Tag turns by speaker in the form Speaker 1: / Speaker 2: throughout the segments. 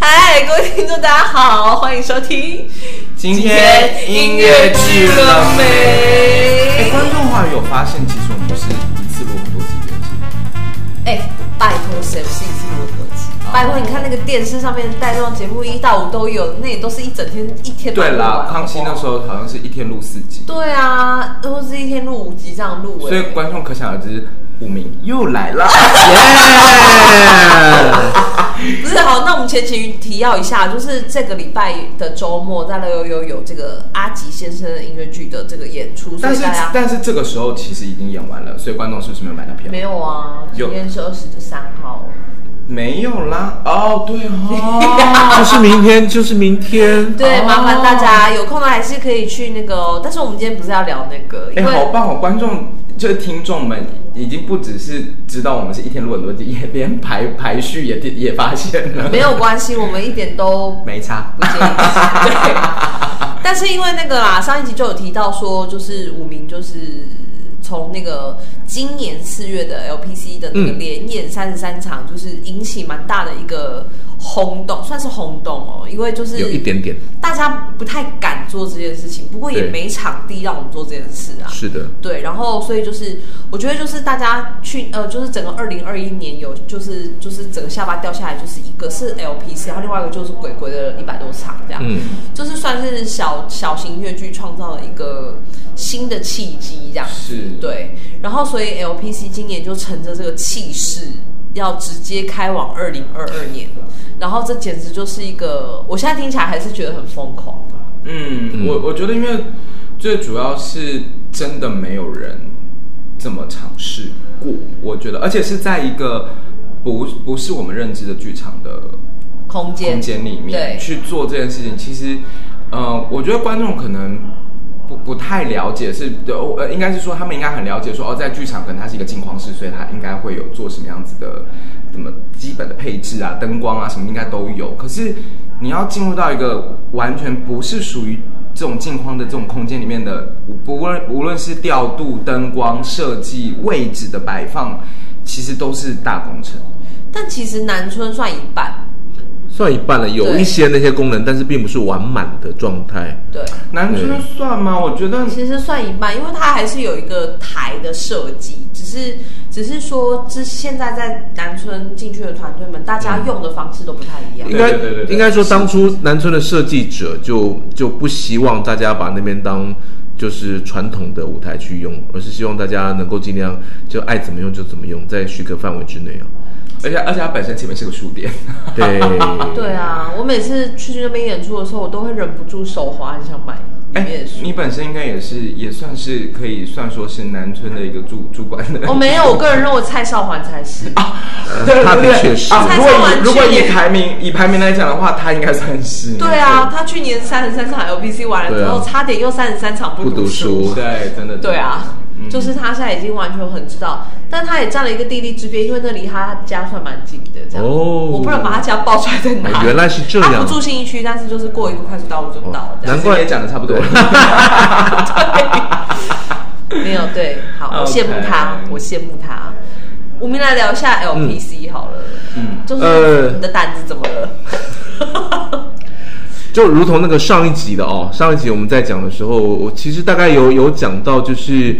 Speaker 1: 嗨，各位听众，大家好，欢迎收听
Speaker 2: 今天音乐剧了没？哎，观众话有发现，其实我们是一次录很多集的节目，
Speaker 1: 哎、拜托，谁不是一次录很多集？拜托，你看那个电视上面带状节目一到五都有，那也都是一整天一天把它
Speaker 2: 对
Speaker 1: 录完
Speaker 2: 啦，康熙那时。
Speaker 1: 好
Speaker 2: 候好像是一天录四集
Speaker 1: 不，好对啊，都是一天录五集这样录、哎
Speaker 2: 所以观众可想而知，五名又来 了，耶！
Speaker 1: 不是好，那我们前情提要一下，就是这个礼拜的周末在乐悠悠有这个阿吉先生的音乐剧的这个演出，所
Speaker 2: 但
Speaker 1: 以
Speaker 2: 是
Speaker 1: 大家
Speaker 2: 但是这个时候其实已经演完了，所以观众是不是没有买到票？
Speaker 1: 没有啊，今
Speaker 2: 有
Speaker 1: 天是二十三号，
Speaker 2: 没有啦，哦对哦，
Speaker 3: 就是明天，就是明天。
Speaker 1: 对，
Speaker 2: 哦
Speaker 1: 麻烦大家有空的还是可以去那个哦。但是我们今天不是要聊那个，
Speaker 2: 哎、
Speaker 1: 因为、
Speaker 2: 好棒哦！观众就是听众们，已经不只是知道我们是一天录很多集，也连排排序也也发现了，
Speaker 1: 没有关系，我们一点都
Speaker 2: 没差
Speaker 1: 不。介意。 对，但是因为那个啦，上一集就有提到说，就是五名就是从那个今年四月的 LPC 的那个
Speaker 3: 嗯
Speaker 1: 连演三十三场，就是引起蛮大的一个轰动，算是轰动哦，因为就是
Speaker 3: 有一点点，
Speaker 1: 大家不太敢做这件事情，不过也
Speaker 3: 对
Speaker 1: 没场地让我们做这件事啊。
Speaker 3: 是的，
Speaker 1: 对，然后所以就是，我觉得就是大家去呃，就是整个二零二一年有就是就是整个下巴掉下来，就是一个是 LPC，然后另外一个就是鬼鬼的一百多场这样，
Speaker 3: 嗯，
Speaker 1: 就是算是小小型越剧创造了一个新的契机这样。
Speaker 2: 是，
Speaker 1: 对，然后所以 LPC 今年就乘着这个气势，要直接开往二零二二年，然后这简直就是一个，我现在听起来还是觉得很疯狂。
Speaker 2: 嗯，
Speaker 3: 嗯
Speaker 2: 我我觉得因为最主要是真的没有人这么尝试过，我觉得，而且是在一个不不是我们认知的剧场的
Speaker 1: 空间，
Speaker 2: 空间里
Speaker 1: 对
Speaker 2: 面去做这件事情，其实，呃，我觉得观众可能不不太了解是，呃，应该是说他们应该很了解说，哦，在剧场可能它是一个镜框式，所以它应该会有做什么样子的，怎么基本的配置啊、灯光啊什么应该都有。可是你要进入到一个完全不是属于这种镜框的这种空间里面的，不论无论是调度、灯光设计、位置的摆放，其实都是大工程。
Speaker 1: 但其实南村算一半，
Speaker 3: 算一半了。有
Speaker 1: 对
Speaker 3: 一些那些功能，但是并不是完满的状态。
Speaker 1: 对。
Speaker 2: 南村算吗？我觉得
Speaker 1: 其实算一半，因为它还是有一个台的设计，只是只是说，这现在在南村进去的团队们，大家用的方式都不太一样
Speaker 2: 对
Speaker 3: 应。该
Speaker 2: 对对对对
Speaker 3: 应该说，当初南村的设计者就就不希望大家把那边当就是传统的舞台去用，而是希望大家能够尽量就爱怎么用就怎么用，在许可范围之 内啊。
Speaker 2: 而且而且它本身前面是个书店，
Speaker 3: 对
Speaker 1: 对，啊，我每次去那边演出的时候，我都会忍不住手滑，很想买
Speaker 3: 哎
Speaker 1: 里面的书。
Speaker 2: 哎你本身应该也是也算是可以算说是南村的一个主主管的。
Speaker 1: 我、哦没有，我个人认为蔡少环才是。
Speaker 3: 啊
Speaker 2: 对
Speaker 3: 他
Speaker 2: 对对
Speaker 3: 的确是
Speaker 2: 啊
Speaker 1: 蔡
Speaker 2: 如
Speaker 1: 少
Speaker 2: 果
Speaker 1: 文
Speaker 2: 以如果
Speaker 1: 去
Speaker 2: 以
Speaker 1: 年
Speaker 2: 排名以排名来讲的话，他应该算是。
Speaker 1: 对啊，，他去年三十三场 LPC 完了之后，
Speaker 3: 对啊
Speaker 1: 差点又三十三场不
Speaker 3: 不读书
Speaker 2: 对，真的。
Speaker 1: 对啊，
Speaker 2: 嗯
Speaker 1: 就是他现在已经完全很知道，但他也占了一个地利之便，因为那离他家算蛮近的，这样。
Speaker 3: 哦
Speaker 1: 我不能把他家爆出来在哪。
Speaker 3: 哎原来是这样哦
Speaker 1: 他不住信义区，但是就是过一个快速道路就到了，这样
Speaker 3: 难
Speaker 2: 难
Speaker 3: 怪
Speaker 2: 怪也讲的差不多 了。
Speaker 1: 没有对。好，我
Speaker 2: OK
Speaker 1: 羡慕他，我羡慕他。我们来聊一下 LPC 好了，
Speaker 2: 嗯
Speaker 1: 就是
Speaker 3: 呃
Speaker 1: 你的胆子怎么了？
Speaker 3: 就如同那个上一集的哦，上一集我们在讲的时候，我其实大概有有讲到，就是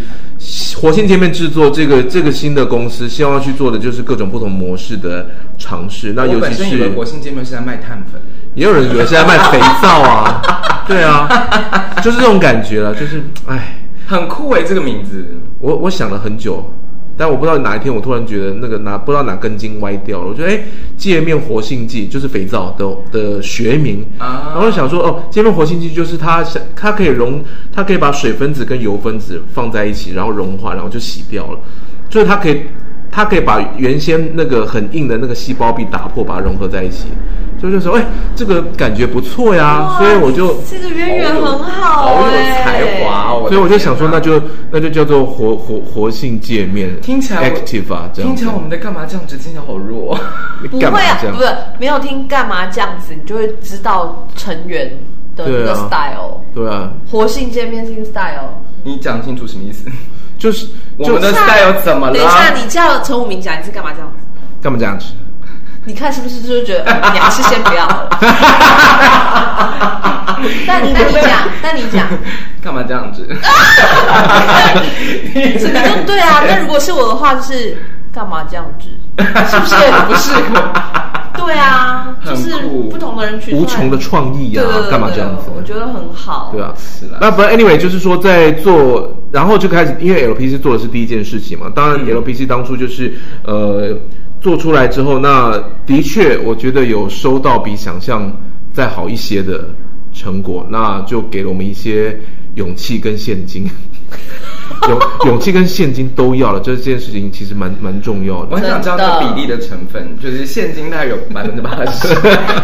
Speaker 3: 火星天面制作这个这个新的公司，希望要去做的就是各种不同模式的尝试。那
Speaker 2: 我
Speaker 3: 尤
Speaker 2: 本
Speaker 3: 其
Speaker 2: 身以为
Speaker 3: 是
Speaker 2: 国信界面是在卖碳粉，
Speaker 3: 也有人以为是在卖肥皂啊，对啊，就是这种感觉了，就是唉，
Speaker 2: 很酷哎，这个名字。
Speaker 3: 我我想了很久，但我不知道哪一天，我突然觉得那个哪不知道哪根筋歪掉了。我觉得哎，界面活性剂就是肥皂的的学名
Speaker 2: 啊
Speaker 3: 然后想说哦，界面活性剂就是它想它可以溶，它可以把水分子跟油分子放在一起，然后融化，然后就洗掉了，就是它可以它可以把原先那个很硬的那个细胞壁打破，把它融合在一起。所以就说，哎，这个感觉不错呀，啊所以我就
Speaker 1: 哇这个渊源很好
Speaker 2: 好有
Speaker 1: 哎
Speaker 2: 才华哦！
Speaker 3: 所以我就想说，
Speaker 2: 天哪
Speaker 3: 那就那就叫做活活活性界面，
Speaker 2: 听起来我
Speaker 3: active 啊，这样
Speaker 2: 听起来我们在干嘛这样子？听起来好弱。哦
Speaker 1: 不
Speaker 3: 你
Speaker 1: 会
Speaker 3: 干嘛
Speaker 1: 啊
Speaker 3: 这，样
Speaker 1: 不？是没有听干嘛这样子，你就会知道成员的那
Speaker 3: 对
Speaker 1: 个
Speaker 3: 啊
Speaker 1: style。
Speaker 3: 对啊，
Speaker 1: 活性见面性 style。
Speaker 2: 你讲清楚什么意思？
Speaker 3: 就是
Speaker 2: 我
Speaker 3: 就
Speaker 2: 们的 style 怎么了？
Speaker 1: 等一下，你叫陈武明讲，你是干嘛这样子？
Speaker 3: 干嘛这样子？
Speaker 1: 你看是不是就是觉得、嗯你还是先不要好 了？但但你讲，但你讲，
Speaker 2: 干嘛这样 子？
Speaker 1: 这个就对啊。那如果是我的话，就是干嘛这样子？是不是？
Speaker 2: 不 是，
Speaker 1: 对啊，就
Speaker 2: 很
Speaker 1: 是
Speaker 2: 酷
Speaker 1: 不同的人取出来
Speaker 3: 无穷的创意
Speaker 1: 对
Speaker 3: 啊
Speaker 1: 对对，对
Speaker 3: 干嘛
Speaker 1: 对
Speaker 3: 这样子？
Speaker 1: 我觉得很好。
Speaker 3: 对啊，
Speaker 2: 是啦
Speaker 3: 那反正 anyway 就是说在做，然后就开始，因为 LPC 做的是第一件事情嘛。当然
Speaker 2: 嗯
Speaker 3: LPC 当初就是、呃做出来之后，那的确我觉得有收到比想象再好一些的成果，那就给了我们一些勇气跟现金。 勇勇气跟现金都要了，这件事情其实蛮蛮重要
Speaker 2: 我
Speaker 3: 的。
Speaker 2: 很想知道那个比例的成分，就是现金大概有百分之八 十，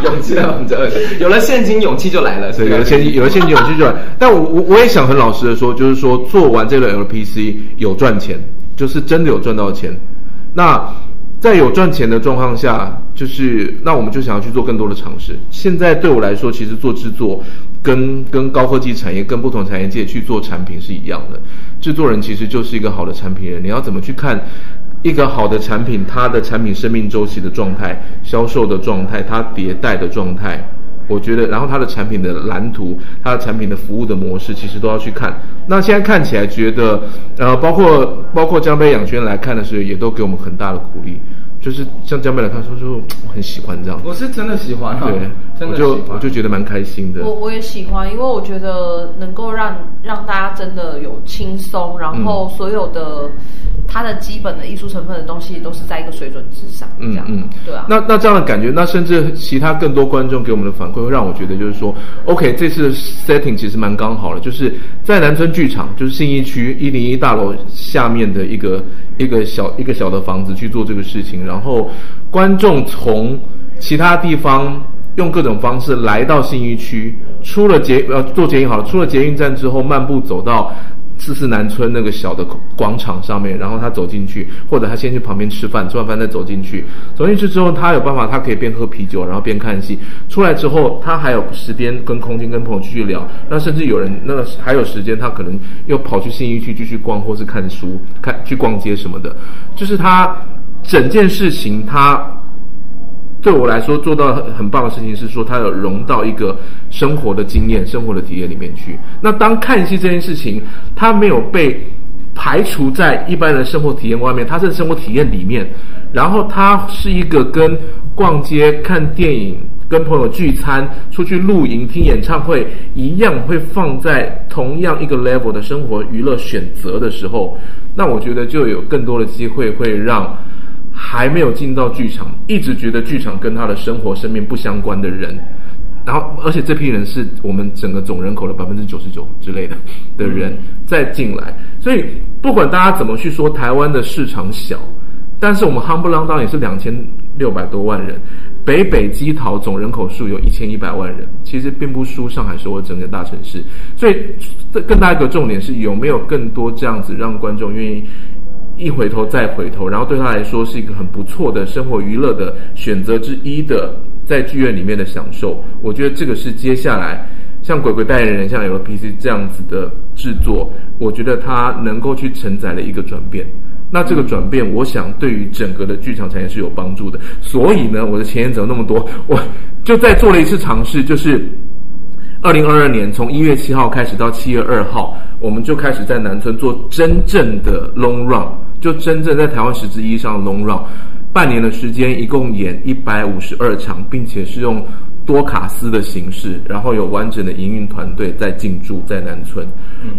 Speaker 2: 勇气百分之二十。有了现金，勇气就来了。
Speaker 3: 对，有了现金，有了现金，有趣就来。但我我我也想很老实的说，就是说做完这个 LPC 有赚钱，就是真的有赚到钱。那在有赚钱的状况下，就是那我们就想要去做更多的尝试。现在对我来说，其实做制作跟跟高科技产业、跟不同产业界去做产品是一样的。制作人其实就是一个好的产品人，你要怎么去看？一个好的产品，它的产品生命周期的状态、销售的状态、它迭代的状态，我觉得，然后它的产品的蓝图、它的产品的服务的模式，其实都要去看。那现在看起来觉得，呃，包括包括江杯养圈来看的时候，也都给我们很大的鼓励。就是像江杯来看，说说我很喜欢这样，
Speaker 2: 我是真的喜欢啊，
Speaker 3: 对，
Speaker 2: 真的
Speaker 3: 我
Speaker 2: 喜
Speaker 3: 就
Speaker 2: 欢
Speaker 3: 我就觉得蛮开心的。
Speaker 1: 我我也喜欢，因为我觉得能够让让大家真的有轻松，
Speaker 3: 嗯
Speaker 1: 然后所有的它的基本的艺术成分的东西都是在一个水准之上，这
Speaker 3: 嗯
Speaker 1: 样，
Speaker 3: 嗯，
Speaker 1: 对啊。
Speaker 3: 那那这样的感觉，那甚至其他更多观众给我们的反馈，会让我觉得就是说，OK，这次的 setting 其实蛮刚好的，就是在南村剧场，就是信义区一零一大楼下面的一个一个小一个小的房子去做这个事情，然后观众从其他地方。用各种方式来到信义区，出了捷呃坐捷运好了，出了捷运站之后，漫步走到四四南村那个小的广场上面，然后他走进去，或者他先去旁边吃饭，吃完饭再走进去。走进去之后，他有办法，他可以边喝啤酒，然后边看戏。出来之后，他还有时间跟空间跟朋友继续聊。那甚至有人那个还有时间，他可能又跑去信义区继续逛，或是看书、看去逛街什么的。就是他整件事情，他对我来说做到很很棒的事情是说，它有融到一个生活的经验、生活的体验里面去。那当看戏这件事情，它没有被排除在一般的生活体验外面，它是生活体验里面。然后它是一个跟逛街、看电影、跟朋友聚餐、出去露营、听演唱会一样，会放在同样一个 level 的生活娱乐选择的时候，那我觉得就有更多的机会会让。还没有进到剧场，一直觉得剧场跟他的生活生命不相关的人，然后而且这批人是我们整个总人口的百分之九十九之类的的人再进来，所以不管大家怎么去说台湾的市场小，但是我们夯不啷当也是两千六百多万人，北北基桃总人口数有一千一百万人，其实并不输上海所有整个大城市，所以这更大一个重点是有没有更多这样子让观众愿意。一回头再回头，然后对他来说是一个很不错的生活娱乐的选择之一的，在剧院里面的享受。我觉得这个是接下来像《鬼鬼代言人》、像 LPC 这样子的制作，我觉得它能够去承载了一个转变。那这个转变，我想对于整个的剧场产业是有帮助的。所以呢，我的前言怎么那么多？我就再做了一次尝试，就是二零二二年从一月七号开始到七月二号，我们就开始在南村做真正的 long run，就真正在台湾实质意义上的 long run，半年的时间，一共演一百五十二场，并且是用多卡司的形式，然后有完整的营运团队在进驻在南村，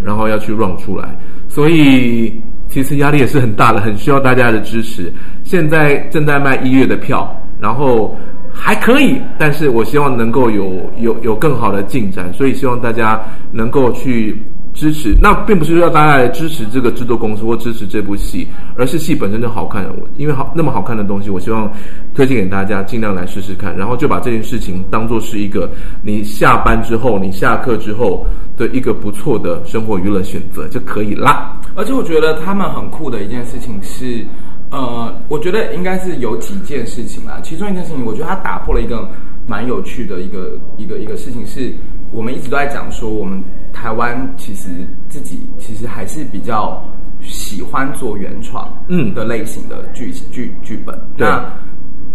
Speaker 3: 然后要去 run 出来，所以其实压力也是很大的，很需要大家的支持。现在正在卖一月的票，然后还可以，但是我希望能够有有有更好的进展，所以希望大家能够去支持。那并不是要大家来支持这个制作公司或支持这部戏，而是戏本身就好看。我因为好那么好看的东西，我希望推荐给大家，尽量来试试看，然后就把这件事情当做是一个你下班之后、你下课之后的一个不错的生活娱乐选择就可以啦。
Speaker 2: 而且我觉得他们很酷的一件事情是，呃，我觉得应该是有几件事情啦。其中一件事情，我觉得它打破了一个蛮有趣的一个一个一个事情是，我们一直都在讲说，我们台湾其实自己其实还是比较喜欢做原创
Speaker 3: 嗯
Speaker 2: 的类型的剧剧剧本。
Speaker 3: 对
Speaker 2: 那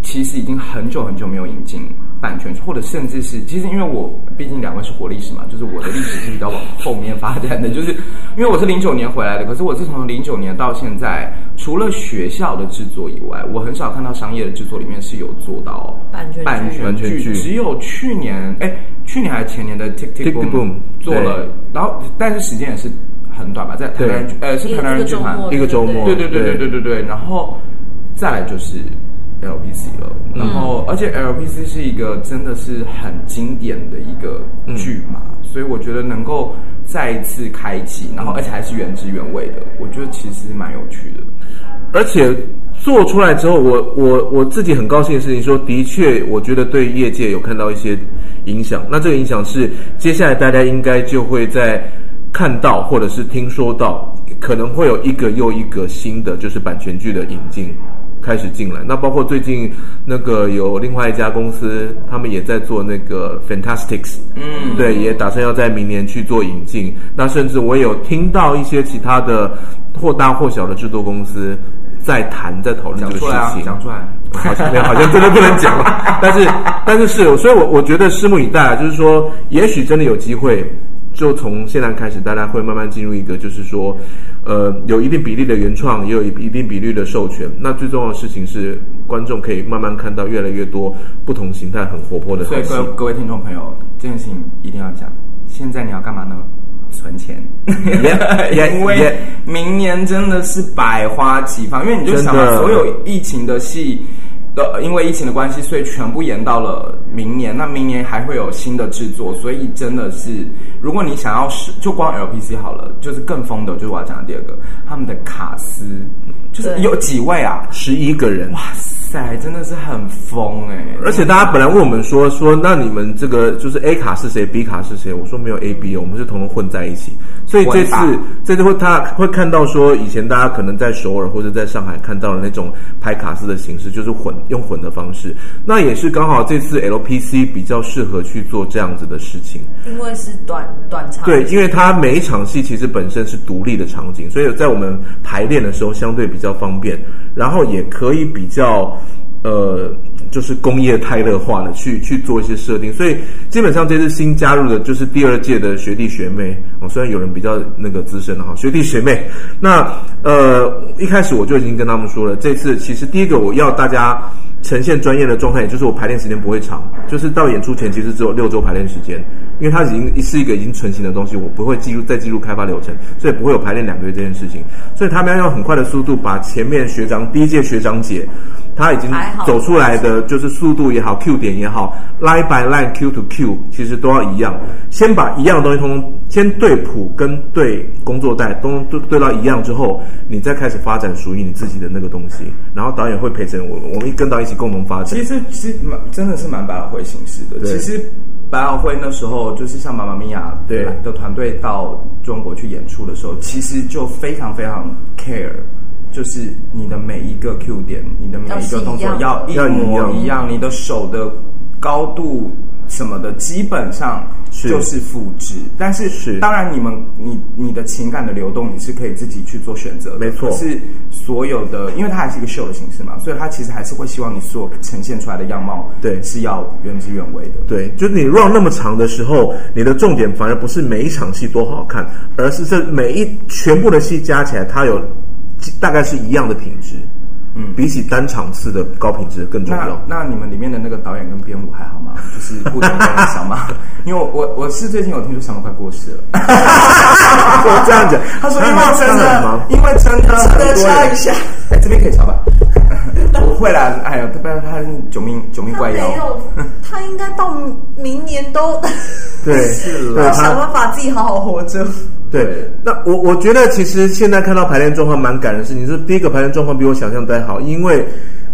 Speaker 2: 其实已经很久很久没有引进版权，或者甚至是，其实因为我毕竟两位是活历史嘛，就是我的历史是比较往后面发展的， 就是因为我是零九年回来的，可是我自从零九年到现在，除了学校的制作以外，我很少看到商业的制作里面是有做到
Speaker 1: 版权
Speaker 2: 版
Speaker 1: 剧
Speaker 2: 权
Speaker 3: 版权剧
Speaker 2: 只有去年，哎，去年还是前年的 Tick Tick
Speaker 3: Tick Tick Boom，
Speaker 2: 做了，然后但是时间也是很短吧，在台南
Speaker 3: 对
Speaker 2: 呃是
Speaker 1: 一
Speaker 2: 台南
Speaker 1: 个
Speaker 2: 人剧
Speaker 1: 周
Speaker 2: 团，
Speaker 1: 末，
Speaker 3: 一个周末
Speaker 1: 对
Speaker 2: 对
Speaker 1: 不对
Speaker 2: 对对对
Speaker 3: 对
Speaker 2: 对对对，然后再来就是 LPC 了，然后、
Speaker 3: 嗯
Speaker 2: 而且 LPC 是一个真的是很经典的一个
Speaker 3: 嗯
Speaker 2: 剧嘛，所以我觉得能够再一次开启，
Speaker 3: 嗯
Speaker 2: 然后而且还是原汁原味的，我觉得其实蛮有趣的。
Speaker 3: 而且做出来之后，我我我自己很高兴的事情说，的确，我觉得对业界有看到一些影响。那这个影响是，接下来大家应该就会在看到或者是听说到，可能会有一个又一个新的就是版权剧的引进。开始进来，那包括最近那个有另外一家公司，他们也在做那个 Fantastics，
Speaker 2: 嗯
Speaker 3: 对，也打算要在明年去做引进。那甚至我也有听到一些其他的或大或小的制作公司在谈、在讨论
Speaker 2: 讲
Speaker 3: 这个
Speaker 2: 出
Speaker 3: 事
Speaker 2: 来啊
Speaker 3: 情，。
Speaker 2: 讲出来。
Speaker 3: 好像没有，好像真的不能讲了。 但是，但是是，所以我我觉得拭目以待啊，就是说，也许真的有机会，就从现在开始，大家会慢慢进入一个，就是说，呃，有一定比例的原创，也有一一定比例的授权。那最重要的事情是，观众可以慢慢看到越来越多不同形态很活泼的
Speaker 2: 所
Speaker 3: 东
Speaker 2: 以
Speaker 3: 西。
Speaker 2: 各位各位听众朋友，这件事情一定要讲。现在你要干嘛呢？存钱，
Speaker 3: Yeah, yeah,
Speaker 2: 因为
Speaker 3: yeah
Speaker 2: 明年真的是百花齐放，因为你就想嘛
Speaker 3: 真，的
Speaker 2: 所有疫情的戏。的，因为疫情的关系，所以全部延到了明年。那明年还会有新的制作，所以真的是，如果你想要是就光 LPC 好了，就是更疯的，就是我要讲的第二个，他们的卡斯就是
Speaker 1: 对
Speaker 2: 有几位啊？
Speaker 3: 十一个人，
Speaker 2: 哇塞，真的是很疯哎、
Speaker 3: 而且大家本来问我们说说，那你们这个就是 A 卡是谁，B 卡是谁？我说没有 A、B，我们哦是统统混在一起。所以这次
Speaker 2: 混搭
Speaker 3: 这次会他会看到说，以前大家可能在首尔或者在上海看到的那种拍卡斯的形式，就是混用混的方式。那也是刚好这次 LPC 比较适合去做这样子的事情。
Speaker 1: 因为是短短长，
Speaker 3: 对，因为它每一场戏其实本身是独立的场景，所以在我们排练的时候相对比较方便，然后也可以比较呃，就是工业泰勒化的去去做一些设定。所以基本上这次新加入的就是第二届的学弟学妹哦，虽然有人比较那个资深的哈，学弟学妹。那呃，一开始我就已经跟他们说了，这次其实第一个我要大家。呈现专业的状态，也就是我排练时间不会长，就是到演出前其实只有六周排练时间，因为它已经是一个已经成型的东西，我不会记录再记录开发流程，所以不会有排练两个月这件事情。所以他们要用很快的速度把前面学长第一届学长姐他已经
Speaker 1: 排好
Speaker 3: 走出来的就是速度也好，Q 点也好，line by line Q to Q 其实都要一样，先把一样的东西通通先对谱跟对工作带都对对到一样之后，你再开始发展属于你自己的那个东西，然后导演会陪着我，我们跟导演一起共同发展
Speaker 2: 其。实其实蛮真的是蛮百老汇形式的。
Speaker 3: 对
Speaker 2: 其实百老汇那时候就是像妈妈咪呀
Speaker 3: 对
Speaker 2: 的团队到中国去演出的时候，其实就非常非常 care。就是你的每一个 Q 点，你的每一个动作
Speaker 1: 要
Speaker 2: 要
Speaker 1: 是
Speaker 2: 一
Speaker 3: 一样
Speaker 2: 模
Speaker 3: 要一样
Speaker 2: 一样，你的手的高度什么的，基本上
Speaker 3: 是
Speaker 2: 就是复制。但是，
Speaker 3: 是
Speaker 2: 当然你们你你的情感的流动，你是可以自己去做选择的。
Speaker 3: 没错
Speaker 2: 可是所有的，因为它还是一个秀的形式嘛，所以它其实还是会希望你所呈现出来的样貌，
Speaker 3: 对
Speaker 2: 是要原汁原味的。
Speaker 3: 对，就是你 run 那么长的时候，你的重点反而不是每一场戏多好看，而是这每一全部的戏加起来，它有大概是一样的品质。嗯，比起单场次的高品质更重
Speaker 2: 那
Speaker 3: 要。
Speaker 2: 那你们里面的那个导演跟编舞还好吗？就是互动跟小 马，因为我我我是最近有听说小马快过世了，
Speaker 3: 我这样讲，
Speaker 2: 他说因为
Speaker 3: 那
Speaker 2: 真
Speaker 3: 那很忙
Speaker 2: 的，因为真的很
Speaker 1: 值
Speaker 2: 多
Speaker 1: 得
Speaker 2: 人
Speaker 1: 敲一下，
Speaker 2: 哎，这边可以敲吧？ 不会啦，哎呀，不然他是九命九命
Speaker 1: 他
Speaker 2: 怪
Speaker 1: 没
Speaker 2: 妖，
Speaker 1: 有，他应该到明年都
Speaker 3: 对，
Speaker 2: 是啦
Speaker 3: 对
Speaker 1: 要
Speaker 3: 他
Speaker 1: 想办法自己好好活着。
Speaker 3: 对，那我我觉得其实现在看到排练状况蛮感人的事情，就是第一个排练状况比我想象的还好，因为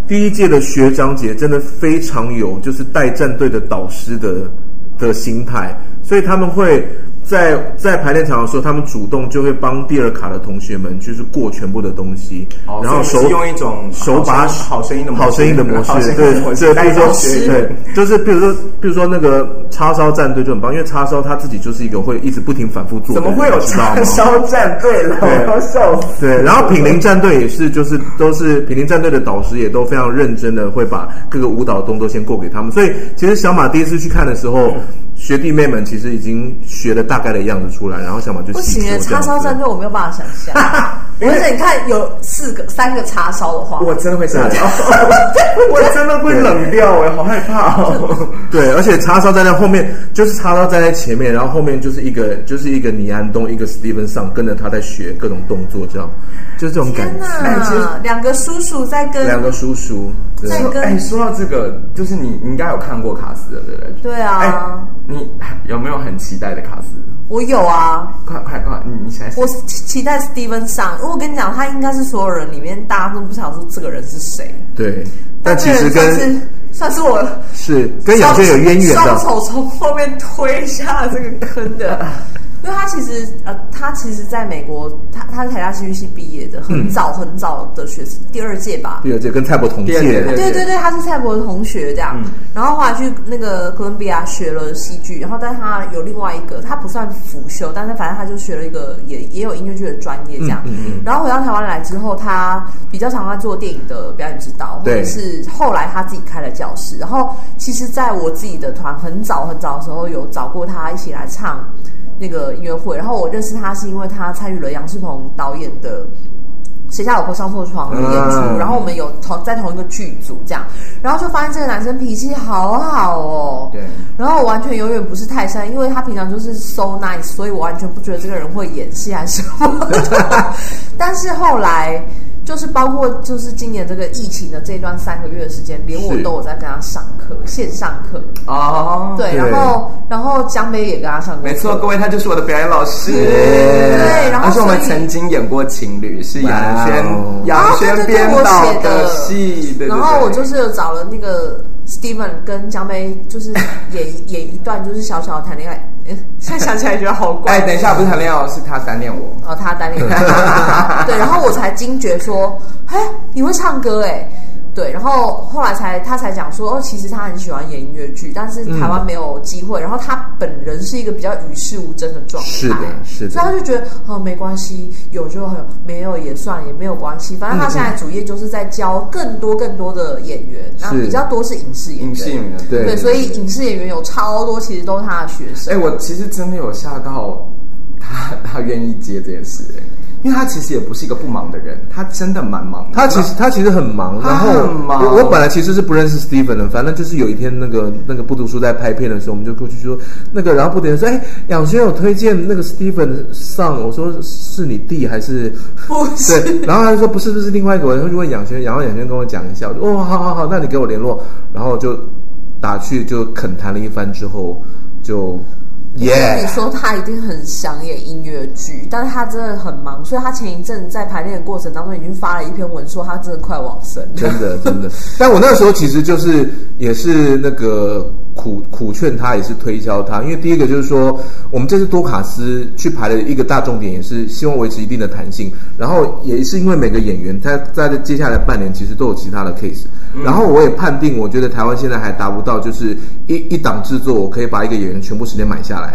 Speaker 3: 第一届的学长姐真的非常有就是带战队的导师的的心态，所以他们会在在排练场的时候，他们主动就会帮第二卡的同学们就是过全部的东西，
Speaker 2: 哦
Speaker 3: 然后
Speaker 2: 所以
Speaker 3: 手
Speaker 2: 是用一种
Speaker 3: 手把
Speaker 2: 好声音的模式
Speaker 3: 好声音的模
Speaker 2: 好声
Speaker 3: 式，
Speaker 2: 音的模
Speaker 3: 对，
Speaker 2: 式
Speaker 3: 这比
Speaker 2: 带
Speaker 3: 如
Speaker 2: 动学
Speaker 3: 说
Speaker 2: 员
Speaker 3: 对，就是比如说比如说那个叉烧战队就很棒，因为叉烧他自己就是一个会一直不停反复做的
Speaker 2: 怎
Speaker 3: 人，
Speaker 2: 么会有
Speaker 3: 你知道吗
Speaker 2: 叉？烧战队了？我
Speaker 3: 对
Speaker 2: 要笑死。
Speaker 3: 对，然后品林战队也是，就是都是品林战队的导师也都非常认真的会把各个舞蹈动作先过给他们，所以其实小马第一次去看的时候，学弟妹们其实已经学了大概的样子出来，然后小马就
Speaker 4: 不行
Speaker 3: 哎，
Speaker 4: 耶，叉烧战队我没有办法想象。
Speaker 2: 因为
Speaker 4: 而且你看，有四个、三个叉烧的话，
Speaker 2: 我真的会吓到， 我真的会冷掉哎、好害怕哦！
Speaker 3: 对，而且叉烧站在后面，就是叉烧站在前面，然后后面就是一个就是一个倪安东，一个 Steven 上跟着他在学各种动作，这样就这种感
Speaker 4: 天
Speaker 3: 觉。哎
Speaker 4: 哪，两个叔叔在
Speaker 3: 两
Speaker 4: 跟
Speaker 3: 个叔叔，对
Speaker 4: 在跟
Speaker 2: 哎、说到这个，就是你你应该有看过卡斯的，对不对？
Speaker 4: 对
Speaker 2: 哎、
Speaker 4: 啊，
Speaker 2: 你有没有很期待的卡斯？
Speaker 4: 我有啊，
Speaker 2: 快快快，你你现在
Speaker 4: 我期期待 Steven 上，因为我跟你讲，他应该是所有人里面大家都不想说这个人是谁，
Speaker 3: 对，但其实
Speaker 4: 这个人
Speaker 3: 跟
Speaker 4: 算是算是我
Speaker 3: 是跟杨健有渊源
Speaker 4: 双
Speaker 3: 的，
Speaker 4: 手从后面推下这个坑的。因为他其实呃，他其实在美国，他他是台大戏剧系毕业的，
Speaker 3: 嗯
Speaker 4: 很早很早的学生，第二届吧，
Speaker 3: 第二届跟蔡伯同
Speaker 2: 第二届
Speaker 3: 届，
Speaker 2: 对嗯
Speaker 4: 对对对，他是蔡伯的同学这样，然后后来去那个哥伦比亚学了戏剧，然后但他有另外一个，他不算辅修，但是反正他就学了一个也也有音乐剧的专业这样，
Speaker 2: 嗯
Speaker 4: 然后回到台湾来之后，他比较常在做电影的表演指导，或
Speaker 3: 对
Speaker 4: 者是后来他自己开了教室，然后其实在我自己的团很早很早的时候有找过他一起来唱那个音乐会，然后我认识他是因为他参与了杨世鹏导演的。谁家老婆上错床的演出，
Speaker 3: 嗯
Speaker 4: 然后我们有同在同一个剧组这样，然后就发现这个男生脾气好好哦，
Speaker 2: 对，
Speaker 4: 然后我完全永远不是泰山，因为他平常就是 so nice，所以我完全不觉得这个人会演戏还是什 么。但是后来就是包括就是今年这个疫情的这段三个月的时间，连我
Speaker 3: 是
Speaker 4: 都有在跟他上课，线上课，
Speaker 2: 哦，
Speaker 4: 对，
Speaker 3: 对
Speaker 4: 然后然后江北也跟他上过课，
Speaker 2: 没错，各位，他就是我的表演老师。
Speaker 4: 对然后
Speaker 2: 而且我们
Speaker 4: 所以
Speaker 2: 曾经演过情侣，是杨轩
Speaker 3: 哇哦
Speaker 2: 杨轩编导戏，对对对。
Speaker 4: 然后我就是有找了那个 Steven 跟江杯，就是演 演一段，就是小小的谈恋爱。呃现在想起来觉得好怪。
Speaker 2: 哎，等一下，不是谈恋爱，是他单恋我。
Speaker 4: 哦，他 单恋爱，对，然后我才惊觉说，哎，你会唱歌哎，对，然后后来才他才讲说，哦，其实他很喜欢演音乐剧，但是
Speaker 3: 嗯
Speaker 4: 台湾没有机会，然后他本人是一个比较与世无争的状态，
Speaker 3: 是的是的
Speaker 4: 所以他就觉得哦，没关系，有就很没有也算也没有关系，反正
Speaker 3: 嗯
Speaker 4: 他现在主业就是在教更多更多的演员，那
Speaker 3: 是
Speaker 4: 比较多是影视演员，
Speaker 2: 影视演员
Speaker 3: 对
Speaker 4: 对，所以影视演员有超多，其实都是他的学生，
Speaker 2: 哎、我其实真的有吓到他，他愿意接这件事、哎因为他其实也不是一个不忙的人，他真的蛮忙的。
Speaker 3: 他其实他其实很忙，
Speaker 2: 他
Speaker 3: 然后
Speaker 2: 很忙
Speaker 3: 我我本来其实是不认识 Steven 的，反正就是有一天那个那个不读书在拍片的时候，我们就过去说那个，然后不读书说，哎，杨轩有推荐那个 Steven 上，我说是你弟还是
Speaker 4: 不是
Speaker 3: 对，然后他就说不是，这是另外一个，我就问杨轩，然后杨轩跟我讲一下，我就哦，好好好，那你给我联络，然后就打去就恳谈了一番之后，就耶
Speaker 4: 跟你说他一定很想演音乐剧，但是他真的很忙，所以他前一阵在排练的过程当中已经发了一篇文，说他真的快往生了。
Speaker 3: 真的真的。但我那时候其实就是也是那个苦苦劝他，也是推销他，因为第一个就是说，我们这次多卡斯去排的一个大重点，也是希望维持一定的弹性。然后也是因为每个演员他在接下来半年其实都有其他的 case，、然后我也判定，我觉得台湾现在还达不到，就是一一档制作，我可以把一个演员全部时间买下来。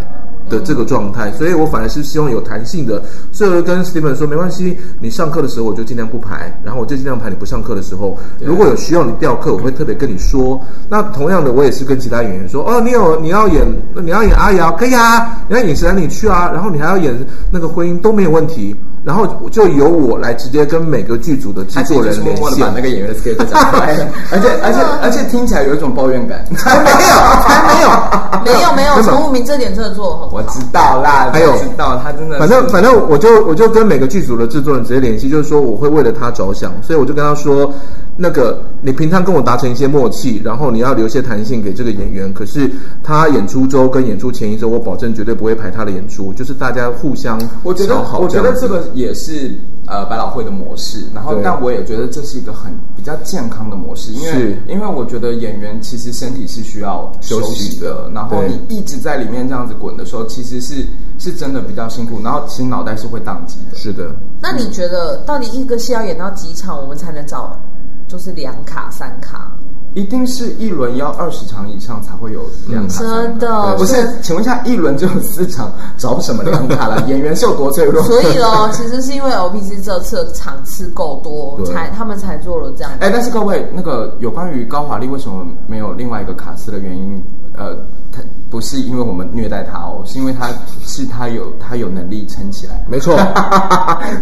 Speaker 3: 的这个状态，所以我反而是希望有弹性的，所以我就跟 Steven 说，没关系，你上课的时候我就尽量不排，然后我就尽量排你不上课的时候，如果有需要你调课，我会特别跟你说。那同样的，我也是跟其他演员说，哦，你有你要演你要演阿瑶可以啊，你要演谁来你去啊，然后你还要演那个婚姻都没有问题，然后就由我来直接跟每个剧组的制
Speaker 2: 他
Speaker 3: 作人
Speaker 2: 默
Speaker 3: 联
Speaker 2: 默的
Speaker 3: 系
Speaker 2: 把。那个演员的 schedule 讲出来了， 而且而且而且听起来有一种抱怨感。
Speaker 3: 还没有，还没有，
Speaker 2: 啊
Speaker 4: 没有没有，
Speaker 3: 根本
Speaker 4: 陈武明这点真的做得很
Speaker 2: 我
Speaker 4: 好。
Speaker 2: 知道啦，
Speaker 3: 还有
Speaker 2: 我知道他真的是，
Speaker 3: 反正反正我就我就跟每个剧组的制作人直接联系，就是说我会为了他着想，所以我就跟他说，那个你平常跟我达成一些默契，然后你要留些弹性给这个演员。可是他演出周跟演出前一周，我保证绝对不会排他的演出，就是大家互相
Speaker 2: 我觉得
Speaker 3: 调好
Speaker 2: 我觉
Speaker 3: 样
Speaker 2: 得
Speaker 3: 子
Speaker 2: 这个也是呃百老汇的模式，然后
Speaker 3: 对
Speaker 2: 但我也觉得这是一个很比较健康的模式，因为
Speaker 3: 是
Speaker 2: 因为我觉得演员其实身体是需要
Speaker 3: 休
Speaker 2: 休
Speaker 3: 息
Speaker 2: 息的，然后
Speaker 3: 对
Speaker 2: 你一直在里面这样子滚的时候，其实是是真的比较辛苦，然后其实脑袋是会宕机的。
Speaker 3: 是的，
Speaker 4: 那你觉得到底一个戏要演到几场，我们才能找就是两卡三卡？
Speaker 2: 一定是一轮要二十场以上才会有两卡、
Speaker 4: 嗯
Speaker 2: 三卡
Speaker 4: 真的
Speaker 2: 不
Speaker 4: 所以
Speaker 2: 是？请问一下，一轮只有四场，找什么两卡 了？演员秀多脆弱。
Speaker 4: 所以哦， 其实是因为 OPC 这次的场次够多，
Speaker 3: 对
Speaker 4: 才他们才做了这样。
Speaker 2: 哎，但是各位，那个有关于高华丽为什么没有另外一个卡斯的原因，呃，他不是因为我们虐待他哦，是因为他是他有他有能力撑起来。
Speaker 3: 没 错，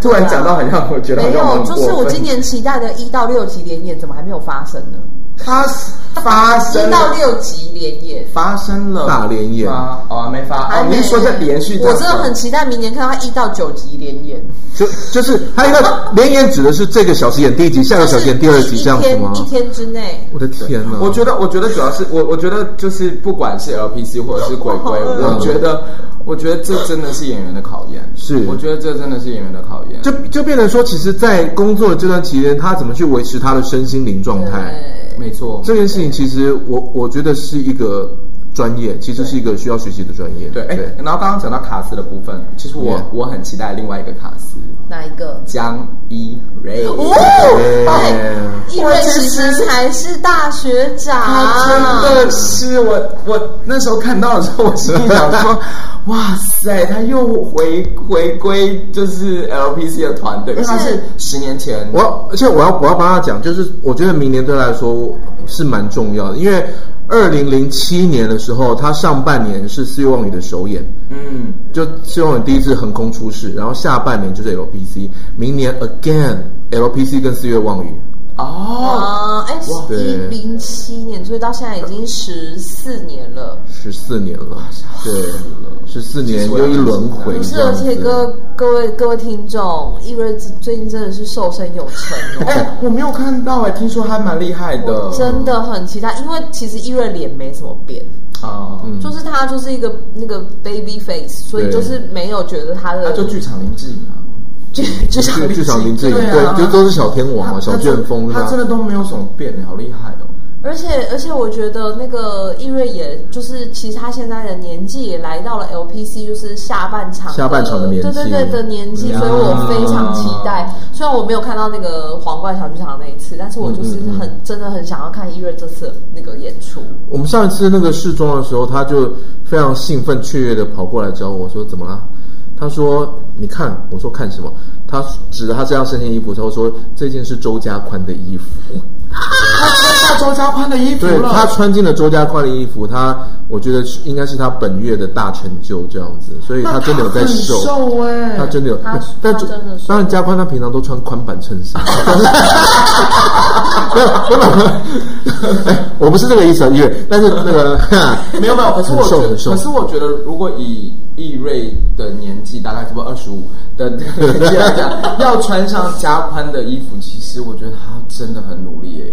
Speaker 2: 突然讲到好像我觉得好
Speaker 4: 没
Speaker 2: 像
Speaker 4: 有，
Speaker 2: 很
Speaker 4: 就是
Speaker 2: 过
Speaker 4: 我
Speaker 2: 分
Speaker 4: 今年期待的一到六集连演，怎么还没有发生呢？
Speaker 2: 他发生
Speaker 4: 一到
Speaker 2: 了
Speaker 4: 六集连演，
Speaker 2: 发生了
Speaker 3: 大连演
Speaker 2: 吗哦，还没发
Speaker 4: 还
Speaker 2: 哦，
Speaker 4: 啊没
Speaker 2: 您说这连续
Speaker 4: 我真的很期待明年看到他一到九集连演，
Speaker 3: 就就是他应该连演指的是这个小时演第一集，下个小时演第二
Speaker 4: 就是
Speaker 3: 集
Speaker 4: 一
Speaker 3: 这样子吗
Speaker 4: 天？一天之内，
Speaker 3: 我的天哪！
Speaker 2: 我觉得，我觉得主要是我，我觉得就是不管是 LPC 或者是鬼 鬼，
Speaker 3: 嗯
Speaker 2: 我觉得，我觉得这真的是演员的考验。
Speaker 3: 是
Speaker 2: 我觉得这真的是演员的考验。
Speaker 3: 就就变成说，其实，在工作的这段期间，他怎么去维持他的身心灵
Speaker 4: 呃
Speaker 3: 状态？
Speaker 4: 对
Speaker 2: 没错，
Speaker 3: 这件事情，其实我我觉得是一个专业，其实是一个需要学习的专业。
Speaker 2: 对，哎，然后刚刚讲到卡斯的部分，其实我
Speaker 3: Yeah
Speaker 2: 我很期待另外一个卡斯
Speaker 4: 哪一个？
Speaker 2: 江一瑞。
Speaker 3: 对
Speaker 4: 哦，对，因为其实才是大学
Speaker 2: 他
Speaker 4: 长
Speaker 2: 真，的是我，我那时候看到的时候，我心里想说，哇塞，他又回回归就是 LPC 的团队，因为他是十年前，
Speaker 3: 我要，而且我要我要帮他讲，就是我觉得明年对他来说是蛮重要的，因为二零零七年的时候，他上半年是四月望雨的首演，
Speaker 2: 嗯，
Speaker 3: 就希望你第一次横空出世，然后下半年就是 LPC，明年 again LPC 跟四月望雨，
Speaker 2: 哦，
Speaker 4: 啊，哎，
Speaker 3: 对
Speaker 4: 一零七年，所以到现在已经十四年了。
Speaker 3: 十四年了，对，十四年又一轮回，
Speaker 4: 不是，啊
Speaker 3: 这样
Speaker 4: 而
Speaker 3: 子
Speaker 4: 且各各位各位听众，易瑞最近真的是瘦身有成
Speaker 2: 哎、
Speaker 4: 哦，
Speaker 2: 我没有看到哎、听说还蛮厉害的，
Speaker 4: 真的很期待，因为其实易瑞脸没什么变，
Speaker 2: 啊，嗯，
Speaker 4: 就是他就是一个那个 baby face，所以
Speaker 3: 对
Speaker 4: 就是没有觉得他
Speaker 2: 那
Speaker 4: 的
Speaker 2: 就剧场林志颖啊，
Speaker 4: 就就像
Speaker 3: 剧场林志颖，
Speaker 2: 对啊
Speaker 3: 对，就都是小天王啊，小旋风
Speaker 2: 他
Speaker 3: 对
Speaker 2: 他真的
Speaker 3: 吧？
Speaker 2: 都没有什么变、好厉害哦。
Speaker 4: 而且而且，我觉得那个易瑞也就是，其实他现在的年纪也来到了 LPC，就是下半场
Speaker 3: 下半场的
Speaker 4: 的
Speaker 3: 年纪
Speaker 4: 对对对的年纪，
Speaker 2: 呀
Speaker 4: 所以我非常期待。虽然我没有看到那个皇冠小剧场那一次，但是我
Speaker 3: 嗯
Speaker 4: 就是很、真的很想要看易瑞这次的那个演出。
Speaker 3: 我们上一次那个试妆的时候，他就非常兴奋雀跃的跑过来找我说：“怎么了？”他说：“你看。”我说：“看什么？”他指着他这样身件衣服，他说：“这件是周家宽的衣服。”
Speaker 2: 他穿下周家宽的衣服
Speaker 3: 啊对
Speaker 2: 了，
Speaker 3: 他穿进了周家宽的衣服，他我觉得是应该是他本月的大成就这样子，所以他真的有在
Speaker 2: 很
Speaker 3: 瘦，
Speaker 2: 瘦哎、
Speaker 3: 他真的有
Speaker 4: 他，
Speaker 3: 但
Speaker 4: 他真的瘦
Speaker 3: 当然加宽他平常都穿宽版衬衫， 但是没有 没有没有，哎我不是这个意思啊，因为但是那个
Speaker 2: 没有没有，可是我觉
Speaker 3: 很瘦
Speaker 2: 得，
Speaker 3: 很瘦
Speaker 2: 可是我觉得，如果以易瑞的年纪，大概差不多二十五的年纪来讲，要穿上加宽的衣服，其实我觉得他真的很努力耶，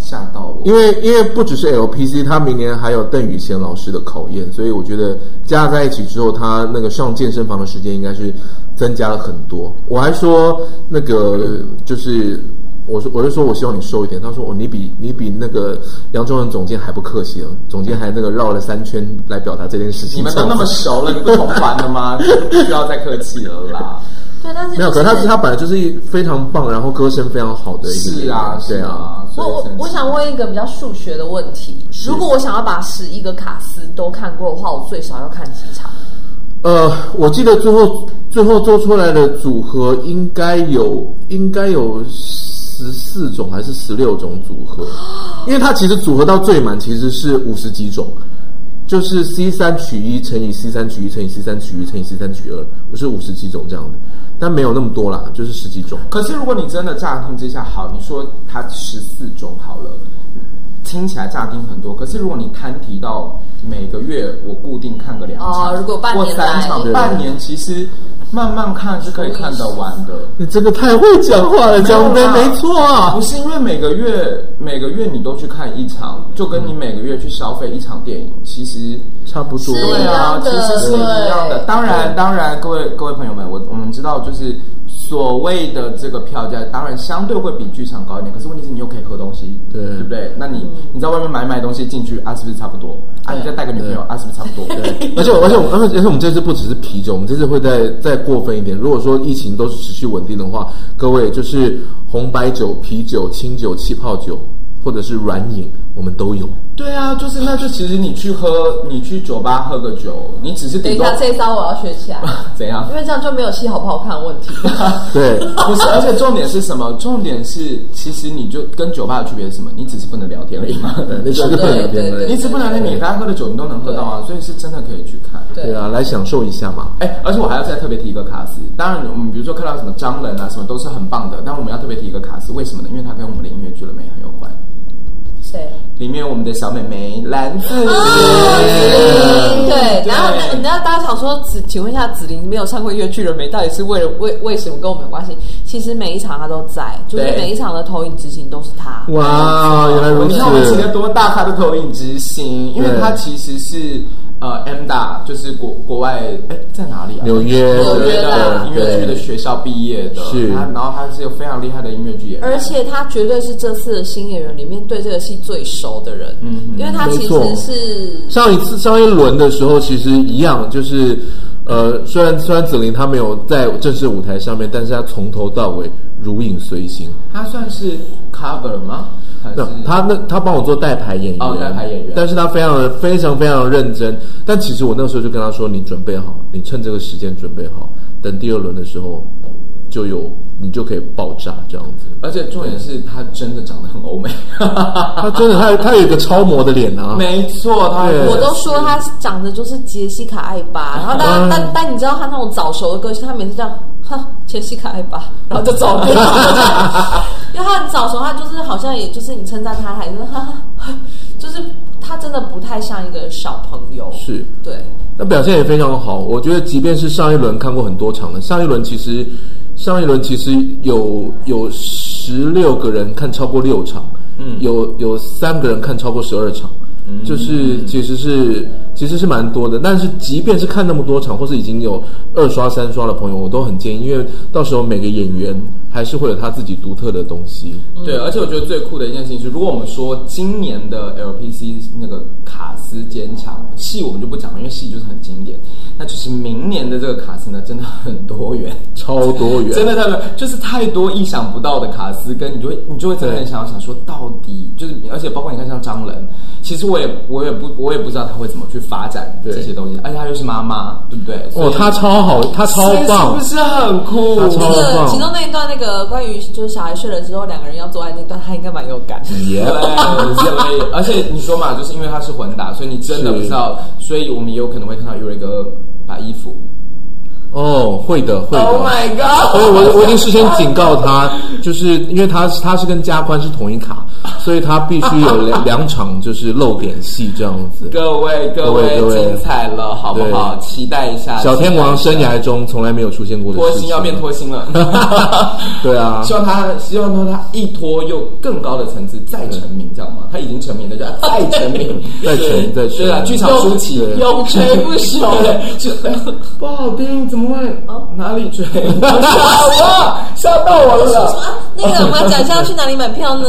Speaker 2: 吓到我。
Speaker 3: 因为因为不只是 LPC，他明年还有邓宇贤老师的考验，所以我觉得加在一起之后，他那个上健身房的时间应该是增加了很多。我还说那个就是。我说，我就说我希望你瘦一点。他说，哦，你比你比那个杨忠文总监还不客气了，总监还那个绕了三圈来表达这件事情。
Speaker 2: 你们都那么熟了，你不同班的 吗？不需要再客气了啦。
Speaker 4: 对，但是、就是、
Speaker 3: 没有，可是他是他本来就是一非常棒，然后歌声非常好的一个演员
Speaker 2: 是啊，
Speaker 3: 对
Speaker 2: 是
Speaker 3: 啊，
Speaker 2: 啊。所
Speaker 4: 我
Speaker 2: 以
Speaker 4: 我
Speaker 2: 真的
Speaker 4: 我
Speaker 2: 是
Speaker 4: 想问一个比较数学的问题：如果我想要把十一个卡斯都看过的话，我最少要看几场？
Speaker 3: 呃，我记得最后最后做出来的组合应该有应该有十四种还是十六种组合，因为它其实组合到最满其实是五十几种，就是 C 三取一乘以 C 三取一乘以 C 三取一乘以 C 三取二，不是五十几种这样的，但没有那么多啦，就是十几种。
Speaker 2: 可是如果你真的乍听之下，好，你说它十四种好了，听起来乍听很多。可是如果你摊提到每个月我固定看个两场，
Speaker 4: 哦如果半年
Speaker 2: 或三场
Speaker 3: 来，
Speaker 2: 半年其实慢慢看是可以看得完的。
Speaker 3: 你真的太会讲话了，江飞，没错啊
Speaker 2: 不。是因为每个月每个月你都去看一场，就跟你每个月去消费一场电影，其实
Speaker 3: 差不多，
Speaker 4: 是
Speaker 2: 对啊，
Speaker 4: 一样
Speaker 2: 其
Speaker 4: 的
Speaker 2: 实是一样的。
Speaker 4: 对
Speaker 2: 当然，当然，各位各位朋友们，我我们知道，就是所谓的这个票价，当然相对会比剧场高一点，可是问题是你又可以喝东西，
Speaker 3: 对
Speaker 2: 不对？那你你在外面买买东西进去啊，是不是差不多？啊，你再带个女朋友啊，是不是差不多？对
Speaker 3: 而且我而且我而且而且我们这次不只是啤酒，我们这次会再再过分一点。如果说疫情都是持续稳定的话，各位就是红白酒、啤酒、清酒、气泡酒或者是软饮，我们都有。
Speaker 2: 对啊，就是那就其实你去喝，你去酒吧喝个酒，你只是
Speaker 4: 等
Speaker 2: 顶
Speaker 4: 一
Speaker 2: 多
Speaker 4: 下，这一招我要学起来，
Speaker 2: 怎样
Speaker 4: 因？为这样就没有戏好不好看的问题。
Speaker 3: 对，
Speaker 2: 不是，而且重点是什么？重点是，其实你就跟酒吧的区别是什么？你只是不能聊天而已嘛。
Speaker 3: 那就是不能聊天
Speaker 4: 对
Speaker 3: 了
Speaker 2: 你。只是不能聊天，你该喝的酒你都能喝到啊，所以是真的可以去看。
Speaker 4: 对
Speaker 3: 对啊，来享受一下嘛。
Speaker 2: 哎，而且我还要再特别提一个卡斯。当然，我们比如说看到什么张人啊，什么都是很棒的，但我们要特别提一个卡斯，为什么呢？因为它跟我们的音乐剧了没很有关。
Speaker 4: 谁？
Speaker 2: 里面有我们的小美眉蓝子玲，
Speaker 4: 对，然后那你知道大家想说，子，请问一下，子琳没有上过越剧了没？到底是为了为为什么跟我们有关系？其实每一场她都在，就是
Speaker 2: 对
Speaker 4: 每一场的投影执行都是她。
Speaker 3: 哇，哦原来如
Speaker 2: 你看我们请了
Speaker 3: 此。
Speaker 2: 多大咖的投影之星，因为
Speaker 3: 对
Speaker 2: 它其实是呃 M 大，就是国国外哎在哪里啊？
Speaker 3: 纽约，
Speaker 2: 纽约的音
Speaker 3: 对
Speaker 2: 乐剧的学校毕业的，
Speaker 3: 是
Speaker 2: 他然后他是一个非常厉害的音乐剧演员，
Speaker 4: 而且他绝对是这次的新演员里面对这个戏最熟的人，
Speaker 2: 嗯
Speaker 4: 因为他其
Speaker 3: 没错
Speaker 4: 实是
Speaker 3: 上一次上一轮的时候，其实一样，就是呃，虽然虽然紫菱她没有在正式舞台上面，但是她从头到尾如影随形。
Speaker 2: 他算是 cover 吗？还
Speaker 3: 那
Speaker 2: 是
Speaker 3: 她那她帮我做代排演员，
Speaker 2: 哦代排演员
Speaker 3: 但是她非常的非常非常认真。但其实我那时候就跟她说，你准备好，你趁这个时间准备好，等第二轮的时候就有你就可以爆炸这样子。
Speaker 2: 而且重点是他真的长得很欧美，
Speaker 3: 她真的，她她有一个超模的脸啊，
Speaker 2: 没错，他
Speaker 3: 对
Speaker 4: 我都说他长得就是杰西卡艾巴，然后但、
Speaker 3: 嗯
Speaker 4: 但但你知道他那种早熟的个性，他每次这样，哼，杰西卡艾巴，然后就走 掉。因为他很早熟，他就是好像也就是你称赞他，还是哈，哈就是他真的不太像一个小朋友。
Speaker 3: 是。
Speaker 4: 对，
Speaker 3: 那表现也非常好。我觉得，即便是上一轮看过很多场的，上一轮其实上一轮其实有有十六个人看超过六场，嗯，有有三个人看超过十二场，
Speaker 2: 嗯
Speaker 3: 就是其实是其实是蛮多的。但是即便是看那么多场，或是已经有二刷三刷的朋友，我都很建议，因为到时候每个演员还是会有他自己独特的东西。
Speaker 2: 对，
Speaker 4: 嗯
Speaker 2: 而且我觉得最酷的一件事情是，如果我们说今年的 LPC 那个卡斯坚强戏，我们就不讲了，因为戏就是很经典。那就是明年的这个卡斯呢，真的很多元，
Speaker 3: 超多元，
Speaker 2: 真的真的就是太多意想不到的卡斯，跟你就会你就会真的很想要想说，到底就是，而且包括你看像张仁，其实我也我也不我也不知道他会怎么去发展
Speaker 3: 对
Speaker 2: 这些东西，而且他又是妈妈，对不对？所
Speaker 3: 哦，
Speaker 2: 以
Speaker 3: 他超好，他超
Speaker 2: 所以
Speaker 3: 棒
Speaker 2: 是不，是很酷？
Speaker 3: 他超
Speaker 4: 那个
Speaker 3: 棒
Speaker 4: 其中那一段那个关于就是小孩睡了之后两个人要做爱那段，他应该蛮有感。
Speaker 3: 耶
Speaker 2: 对，所以而且你说嘛，就是因为他是混打，所以你真的不知道，所以我们也有可能会看到有一个把衣服。
Speaker 3: 哦，会的，会的。
Speaker 2: Oh god！
Speaker 3: 所以我我已经事先警告他，就是因为他他是跟加宽是同一卡，所以他必须有两两场就是露点戏这样子。
Speaker 2: 各位各位
Speaker 3: 各位
Speaker 2: 精彩了，好不好？
Speaker 3: 对
Speaker 2: 期待一下。
Speaker 3: 小天王生涯中从来没有出现过的
Speaker 2: 脱星
Speaker 3: 事情
Speaker 2: 要变脱星 了，
Speaker 3: 对啊
Speaker 2: 希望他希望说他一脱又更高的层次再成名，这样吗？他已经成名了，就 要再成名，
Speaker 3: 再成
Speaker 2: 对
Speaker 3: 再成
Speaker 2: 对啊，剧场舒淇
Speaker 3: 对
Speaker 2: 永垂不朽， 就不好听，怎么会？哪里吹？吓到我了！。
Speaker 3: 哦
Speaker 4: 那个我们要讲一下要去哪里买票 呢？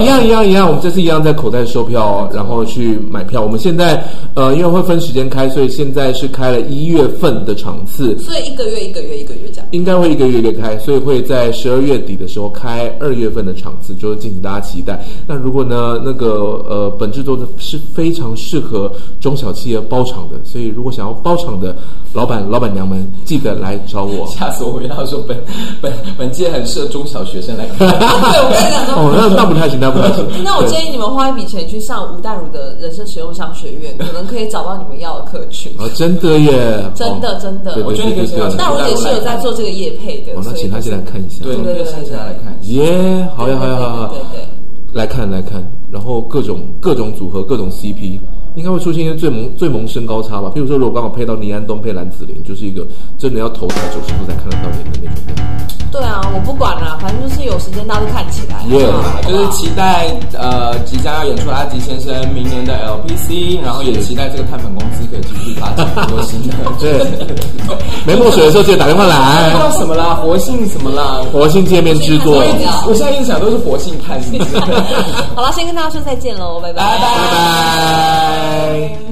Speaker 3: 一样一样一样，我们这次一样在口袋售票哦，然后去买票。我们现在呃，因为会分时间开，所以现在是开了一月份的场次，
Speaker 4: 所以一个月一个月一个月 这样。
Speaker 3: 应该会一个月一个开，所以会在十二月底的时候开二月份的场次，就是敬请大家期待。那如果呢，那个呃，本制作的是非常适合中小企业包场的，所以如果想要包场的老板、老板娘们，记得来找我
Speaker 2: 吓死我！我跟他说本本本届很适合中小学生来 看，
Speaker 4: 对，我跟你讲说。
Speaker 3: 哦，那那不太行，那不太行。
Speaker 4: 那我建议你们花一笔钱去上吴淡如的人生实用商学院，可能可以找到你们要的客群。
Speaker 3: 啊，真的耶，
Speaker 4: 真的
Speaker 3: 哦
Speaker 4: 真的
Speaker 3: 对
Speaker 2: 我
Speaker 3: 对
Speaker 2: 觉得
Speaker 3: 对
Speaker 2: 你可以先
Speaker 3: 对对
Speaker 2: 要
Speaker 3: 对
Speaker 2: 请
Speaker 4: 那我也是有在做这个业配的，
Speaker 3: 哦，那
Speaker 4: 所以
Speaker 3: 请他先来看一下。
Speaker 2: 对，你可以先下来看一下。
Speaker 3: 耶好呀，好呀，好呀好呀，
Speaker 4: 对对对对
Speaker 3: 来看来看，然后各种各种组合，各种 CP，应该会出现一些最萌最萌身高差吧。譬如说，如果刚好配到倪安东配蓝子玲，就是一个真的要头打九十度才看得到脸的那种。
Speaker 4: 对啊，我不管了、反正就是有时间大家都看起来。
Speaker 2: 热啦
Speaker 4: 好，不好
Speaker 2: 就是期待呃即将要演出的阿吉先生明年的 LPC，然后也期待这个碳粉公司可以继续发展 很多新的。
Speaker 3: 对，没墨水的时候记得打电话
Speaker 2: 不知道
Speaker 3: 来。
Speaker 2: 什么啦，活性什么啦，
Speaker 3: 活性界面制作
Speaker 2: 我，一直我现在一直想都是 活性炭，是不是？拜
Speaker 4: 好了，先跟大家说再见喽，拜拜。
Speaker 2: 拜。